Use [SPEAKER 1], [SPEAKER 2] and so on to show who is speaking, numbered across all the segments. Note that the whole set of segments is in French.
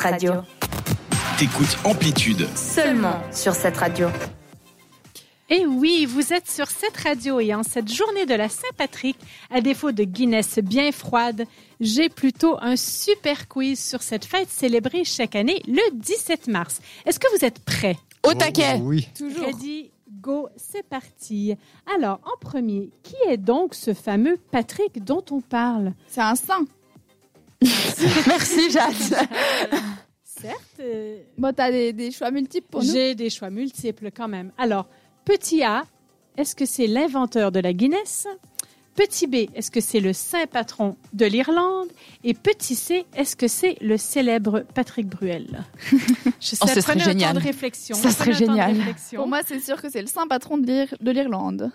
[SPEAKER 1] radio.
[SPEAKER 2] T'écoutes Amplitude.
[SPEAKER 1] Seulement sur cette radio.
[SPEAKER 3] Et Eh oui, vous êtes sur cette radio et en cette journée de la Saint-Patrick, à défaut de Guinness bien froide, j'ai plutôt un super quiz sur cette fête célébrée chaque année le 17 mars. Est-ce que vous êtes prêts?
[SPEAKER 4] Au taquet.
[SPEAKER 5] Oui.
[SPEAKER 4] Toujours.
[SPEAKER 3] Ready, go, c'est parti. Alors, en premier, qui est donc ce fameux Patrick dont on parle?
[SPEAKER 4] C'est un saint.
[SPEAKER 3] Merci,
[SPEAKER 4] Jade.
[SPEAKER 3] Certes, euh,
[SPEAKER 4] Bon, t'as des, des choix multiples pour nous.
[SPEAKER 3] j'ai des choix multiples quand même. Alors, petit A, est-ce que c'est l'inventeur de la Guinness? Petit B, est-ce que c'est le saint patron de l'Irlande? Et petit C, est-ce que c'est le célèbre Patrick Bruel? Je sais,
[SPEAKER 6] Oh,
[SPEAKER 3] prenez
[SPEAKER 6] ce serait
[SPEAKER 3] un temps
[SPEAKER 6] génial.
[SPEAKER 3] de réflexion.
[SPEAKER 6] Ça serait
[SPEAKER 3] Prenez un temps de
[SPEAKER 6] génial.
[SPEAKER 3] réflexion.
[SPEAKER 4] Pour moi, c'est sûr que c'est le saint patron de l'Ir- de l'Irlande.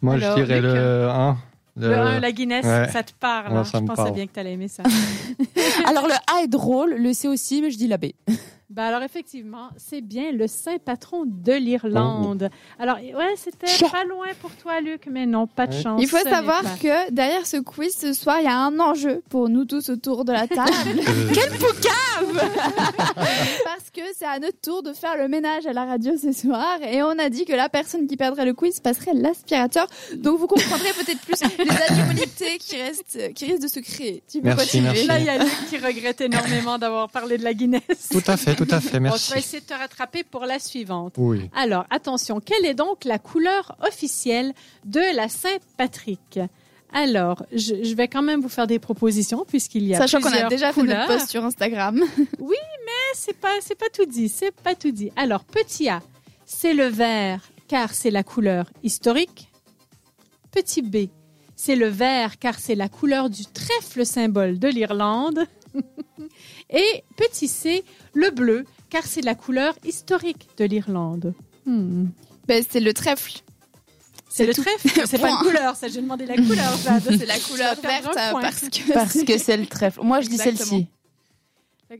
[SPEAKER 5] Moi,
[SPEAKER 3] Alors,
[SPEAKER 5] je dirais
[SPEAKER 3] Luc,
[SPEAKER 5] le 1.
[SPEAKER 3] Le un, la Guinness,
[SPEAKER 5] Euh, ouais.
[SPEAKER 3] ça te parle.
[SPEAKER 5] Ouais,
[SPEAKER 3] hein.
[SPEAKER 5] ça
[SPEAKER 3] Je
[SPEAKER 5] me
[SPEAKER 3] pensais
[SPEAKER 5] parle.
[SPEAKER 3] bien que tu allais aimer ça.
[SPEAKER 6] Alors le A est drôle, le C aussi, mais je dis la B.
[SPEAKER 3] bah alors, effectivement, c'est bien le saint patron de l'Irlande.
[SPEAKER 5] Oh.
[SPEAKER 3] Alors, ouais, c'était
[SPEAKER 6] Chien.
[SPEAKER 3] pas loin pour toi, Luc, mais non, pas de
[SPEAKER 5] Ouais.
[SPEAKER 3] chance.
[SPEAKER 4] Il faut
[SPEAKER 3] ce n'est
[SPEAKER 4] savoir
[SPEAKER 3] pas.
[SPEAKER 4] que derrière ce quiz ce soir, il y a un enjeu pour nous tous autour de la table.
[SPEAKER 5] Quel
[SPEAKER 4] parce que c'est à notre tour de faire le ménage à la radio ce soir. Et on a dit que la personne qui perdrait le quiz passerait l'aspirateur. Donc vous comprendrez peut-être plus les animosités qui, restent, qui risquent de se créer. Tu peux
[SPEAKER 5] Merci,
[SPEAKER 4] continuer.
[SPEAKER 5] merci.
[SPEAKER 3] Là, il y a Luc qui regrette énormément d'avoir parlé de la Guinness.
[SPEAKER 5] Tout à fait, tout à fait,
[SPEAKER 3] On va
[SPEAKER 5] merci.
[SPEAKER 3] essayer de te rattraper pour la suivante.
[SPEAKER 5] Oui.
[SPEAKER 3] Alors, attention, quelle est donc la couleur officielle de la Saint-Patrick? Alors, je, je vais quand même vous faire des propositions puisqu'il y a
[SPEAKER 4] Sachant qu'on
[SPEAKER 3] plusieurs
[SPEAKER 4] a déjà fait
[SPEAKER 3] couleurs.
[SPEAKER 4] notre post sur Instagram.
[SPEAKER 3] c'est pas, c'est pas tout dit, c'est pas tout dit. Alors, petit A, c'est le vert, car c'est la couleur historique. Petit B, c'est le vert, car c'est la couleur du trèfle symbole de l'Irlande. Et petit C, le bleu, car c'est la couleur historique de l'Irlande. Hmm.
[SPEAKER 4] Ben, c'est le trèfle.
[SPEAKER 3] C'est le
[SPEAKER 4] tout.
[SPEAKER 3] trèfle, c'est pas une
[SPEAKER 4] Point.
[SPEAKER 3] couleur, ça, j'ai demandé la couleur, Jade.
[SPEAKER 4] C'est la couleur
[SPEAKER 3] vas perdre
[SPEAKER 4] verte
[SPEAKER 3] un
[SPEAKER 4] euh,
[SPEAKER 3] point.
[SPEAKER 4] parce que.
[SPEAKER 6] Parce que c'est le trèfle. Moi, je dis
[SPEAKER 4] Exactement.
[SPEAKER 6] celle-ci.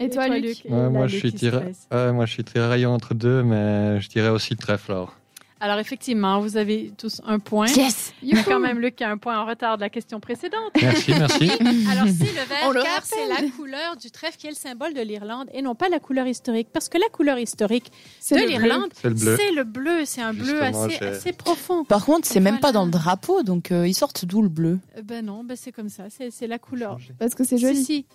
[SPEAKER 3] Et toi, Luc
[SPEAKER 5] Ouais,
[SPEAKER 3] Là,
[SPEAKER 5] moi,
[SPEAKER 3] Luc,
[SPEAKER 5] je suis
[SPEAKER 3] il se
[SPEAKER 5] tiré...
[SPEAKER 3] stresse.
[SPEAKER 5] ouais, moi, je suis tiré rayon entre deux, mais je dirais aussi le trèfle. alors.
[SPEAKER 3] Alors, effectivement, vous avez tous un point.
[SPEAKER 6] Yes.
[SPEAKER 3] Il y a quand même Luc qui a un point en retard de la question précédente.
[SPEAKER 5] Merci, merci.
[SPEAKER 3] Alors, c'est le vert,
[SPEAKER 4] On le
[SPEAKER 3] car c'est la
[SPEAKER 4] rappelle.
[SPEAKER 3] couleur du trèfle qui est le symbole de l'Irlande et non pas la couleur historique. Parce que la couleur historique
[SPEAKER 4] C'est
[SPEAKER 3] de
[SPEAKER 4] le bleu.
[SPEAKER 3] l'Irlande,
[SPEAKER 5] C'est le bleu.
[SPEAKER 3] c'est le bleu. C'est un bleu
[SPEAKER 5] Justement,
[SPEAKER 3] assez,
[SPEAKER 5] j'ai-
[SPEAKER 3] assez profond.
[SPEAKER 6] Par contre, c'est même
[SPEAKER 3] Voilà.
[SPEAKER 6] pas dans le drapeau, donc euh, ils sortent d'où le bleu
[SPEAKER 3] Euh, Ben non, ben c'est comme ça. C'est c'est la couleur.
[SPEAKER 4] Parce que c'est
[SPEAKER 3] Si,
[SPEAKER 4] joli. Oh.
[SPEAKER 3] si.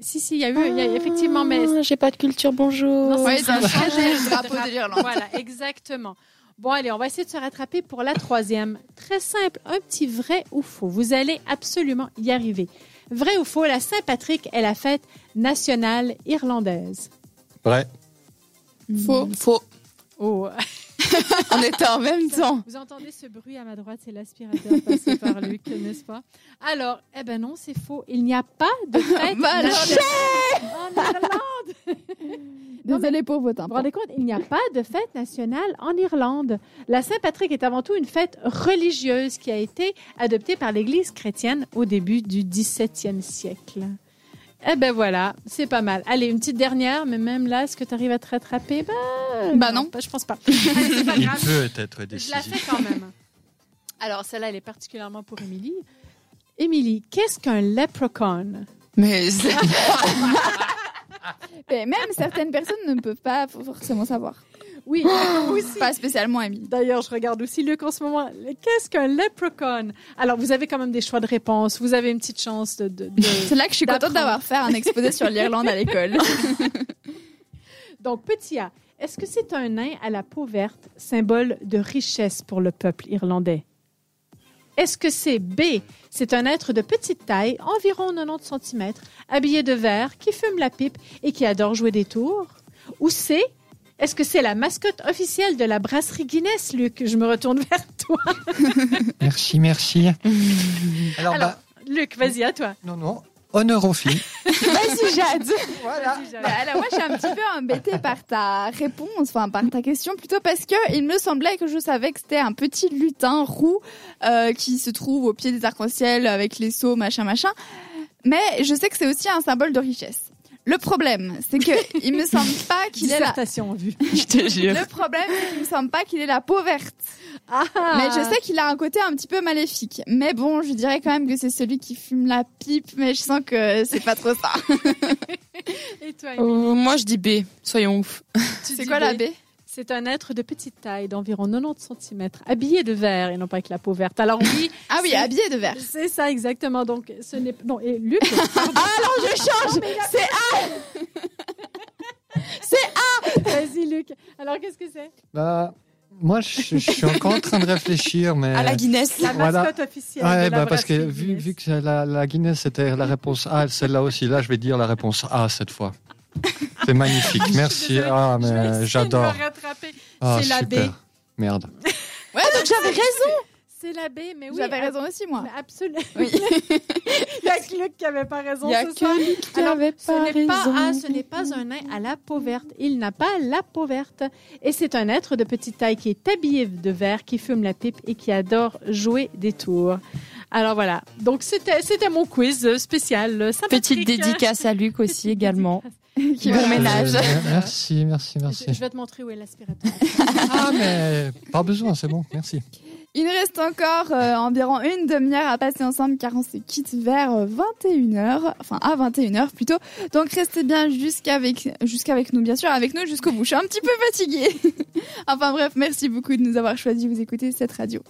[SPEAKER 3] Si, si, il y a eu, il y a- effectivement, mais.
[SPEAKER 6] Ah, j'ai pas de culture, bonjour.
[SPEAKER 3] Non,
[SPEAKER 4] Ouais,
[SPEAKER 3] c'est
[SPEAKER 4] ça a changé le
[SPEAKER 3] le
[SPEAKER 4] drapeau de
[SPEAKER 3] drapeau.
[SPEAKER 4] l'Irlande.
[SPEAKER 3] Voilà, exactement. Bon, allez, on va essayer de se rattraper pour la troisième. Très simple, un petit vrai ou faux. Vous allez absolument y arriver. Vrai ou faux, la Saint-Patrick est la fête nationale irlandaise.
[SPEAKER 5] Vrai.
[SPEAKER 4] Faux.
[SPEAKER 6] Faux.
[SPEAKER 3] Oh,
[SPEAKER 6] On était en même temps.
[SPEAKER 3] vous entendez ce bruit à ma droite, c'est l'aspirateur passé par Luc, n'est-ce pas Alors, eh ben non, c'est faux. Il n'y a pas de fête
[SPEAKER 4] Bah alors,
[SPEAKER 3] nationale en Irlande. Non,
[SPEAKER 4] Désolé pour votre
[SPEAKER 3] Vous vous
[SPEAKER 4] impro.
[SPEAKER 3] rendez compte, il n'y a pas de fête nationale en Irlande. La Saint-Patrick est avant tout une fête religieuse qui a été adoptée par l'Église chrétienne au début du XVIIe siècle. Eh ben voilà, c'est pas mal. Allez, une petite dernière, mais même là, est-ce que tu arrives à te rattraper bah, euh,
[SPEAKER 4] Bah non.
[SPEAKER 3] pas- je pense pas. Allez, c'est pas
[SPEAKER 5] Il
[SPEAKER 3] grave.
[SPEAKER 5] peut être
[SPEAKER 3] Je la
[SPEAKER 5] décisif.
[SPEAKER 3] fais quand même. Alors, celle-là, elle est particulièrement pour Émilie. Émilie, qu'est-ce qu'un leprechaun
[SPEAKER 6] Mais c'est-
[SPEAKER 4] Et même certaines personnes ne peuvent pas forcément savoir.
[SPEAKER 3] Oui, aussi.
[SPEAKER 4] Pas spécialement, Emile.
[SPEAKER 3] D'ailleurs, je regarde aussi Luc en ce moment. Qu'est-ce qu'un leprechaun Alors, vous avez quand même des choix de réponse. Vous avez une petite chance de. de- de-
[SPEAKER 4] C'est là que je suis contente d'avoir fait un exposé sur l'Irlande à l'école.
[SPEAKER 3] Donc, petit A, est-ce que c'est un nain à la peau verte, symbole de richesse pour le peuple irlandais Est-ce que c'est B, c'est un être de petite taille, environ 90 cm, habillé de vert, qui fume la pipe et qui adore jouer des tours Ou C, est-ce que c'est la mascotte officielle de la brasserie Guinness, Luc Je me retourne vers toi.
[SPEAKER 5] Merci, merci. Alors,
[SPEAKER 3] Alors,
[SPEAKER 5] bah,
[SPEAKER 3] Luc, vas-y, à toi.
[SPEAKER 5] non, non. Honneur aux filles.
[SPEAKER 6] Vas-y, Jade.
[SPEAKER 5] Voilà.
[SPEAKER 3] Vas-y, Jade.
[SPEAKER 4] Bah, alors moi, je suis un petit peu embêtée par ta réponse, enfin par ta question, plutôt parce que il me semblait que je savais que c'était un petit lutin roux euh, qui se trouve au pied des arcs-en-ciel avec les seaux, machin, machin. Mais je sais que c'est aussi un symbole de richesse. Le problème, c'est que il me semble pas qu'il ait la...
[SPEAKER 3] Dissertation en vue.
[SPEAKER 6] Je te jure.
[SPEAKER 4] Le problème, c'est qu'il me semble pas qu'il ait la peau verte.
[SPEAKER 3] Ah.
[SPEAKER 4] Mais je sais qu'il a un côté un petit peu maléfique. Mais bon, je dirais quand même que c'est celui qui fume la pipe, mais je sens que c'est pas trop ça.
[SPEAKER 3] Et toi, Émilie,
[SPEAKER 6] Euh, moi, je dis B. Soyons ouf.
[SPEAKER 3] Oh, tu
[SPEAKER 4] C'est
[SPEAKER 3] dis
[SPEAKER 4] quoi la
[SPEAKER 3] B?
[SPEAKER 4] baie
[SPEAKER 3] C'est un être de petite taille, d'environ 90 cm, habillé de vert et non pas avec la peau verte. Alors oui,
[SPEAKER 4] Ah oui,
[SPEAKER 3] C'est-
[SPEAKER 4] habillé de vert.
[SPEAKER 3] c'est ça exactement. Donc ce n'est non et Luc. pardon.
[SPEAKER 6] Ah, Je change. C'est
[SPEAKER 3] Vas-y Luc. Alors qu'est-ce que c'est
[SPEAKER 5] Bah, moi, je, je suis encore en train de réfléchir, mais.
[SPEAKER 6] à la Guinness.
[SPEAKER 3] La
[SPEAKER 5] Voilà.
[SPEAKER 3] mascotte officielle.
[SPEAKER 5] Ouais,
[SPEAKER 3] de la
[SPEAKER 5] bah, parce que
[SPEAKER 3] brasserie
[SPEAKER 5] vu,
[SPEAKER 3] Guinness.
[SPEAKER 5] vu que c'est la, la Guinness c'était la réponse A, celle-là aussi, là je vais dire la réponse A cette fois. C'est magnifique, merci.
[SPEAKER 3] désolée,
[SPEAKER 5] Ah,
[SPEAKER 3] Je vais essayer de
[SPEAKER 5] mais
[SPEAKER 3] me
[SPEAKER 5] j'adore.
[SPEAKER 3] rattraper.
[SPEAKER 5] Ah,
[SPEAKER 3] c'est la B.
[SPEAKER 5] super. Merde.
[SPEAKER 4] Ouais, donc j'avais raison.
[SPEAKER 3] C'est la B, mais oui. hein. Bah,
[SPEAKER 4] J'avais
[SPEAKER 3] ab-
[SPEAKER 4] raison aussi,
[SPEAKER 6] Ah.
[SPEAKER 4] moi.
[SPEAKER 3] mais Absolument.
[SPEAKER 4] Oui.
[SPEAKER 3] Il n'y a que Luc qui n'avait pas raison.
[SPEAKER 6] Il y a
[SPEAKER 3] ce
[SPEAKER 6] que
[SPEAKER 3] soir. Alors,
[SPEAKER 6] avait
[SPEAKER 3] Ce n'est pas, un- ce n'est pas un nain à la peau verte. Il n'a pas la peau verte. Et c'est un être de petite taille qui est habillé de vert, qui fume la pipe et qui adore jouer des tours. Alors voilà. Donc c'était, c'était mon quiz spécial. euh, sympathique.
[SPEAKER 6] Petite dédicace à Luc aussi
[SPEAKER 4] euh,
[SPEAKER 3] Petite
[SPEAKER 6] également.
[SPEAKER 3] dédicace.
[SPEAKER 4] Qui
[SPEAKER 6] Bon
[SPEAKER 4] va-
[SPEAKER 6] ménage.
[SPEAKER 5] Euh, merci, merci,
[SPEAKER 3] Je,
[SPEAKER 5] merci.
[SPEAKER 3] je vais te montrer où est l'aspirateur.
[SPEAKER 5] Ah, mais pas besoin, c'est bon, merci.
[SPEAKER 4] Il nous reste encore euh, environ une demi-heure à passer ensemble car on se quitte vers 21h, enfin à 21h plutôt. Donc restez bien jusqu'avec jusqu'avec nous bien sûr, avec nous jusqu'au bout. Je suis un petit peu fatiguée. enfin bref, merci beaucoup de nous avoir choisi vous écouter cette radio.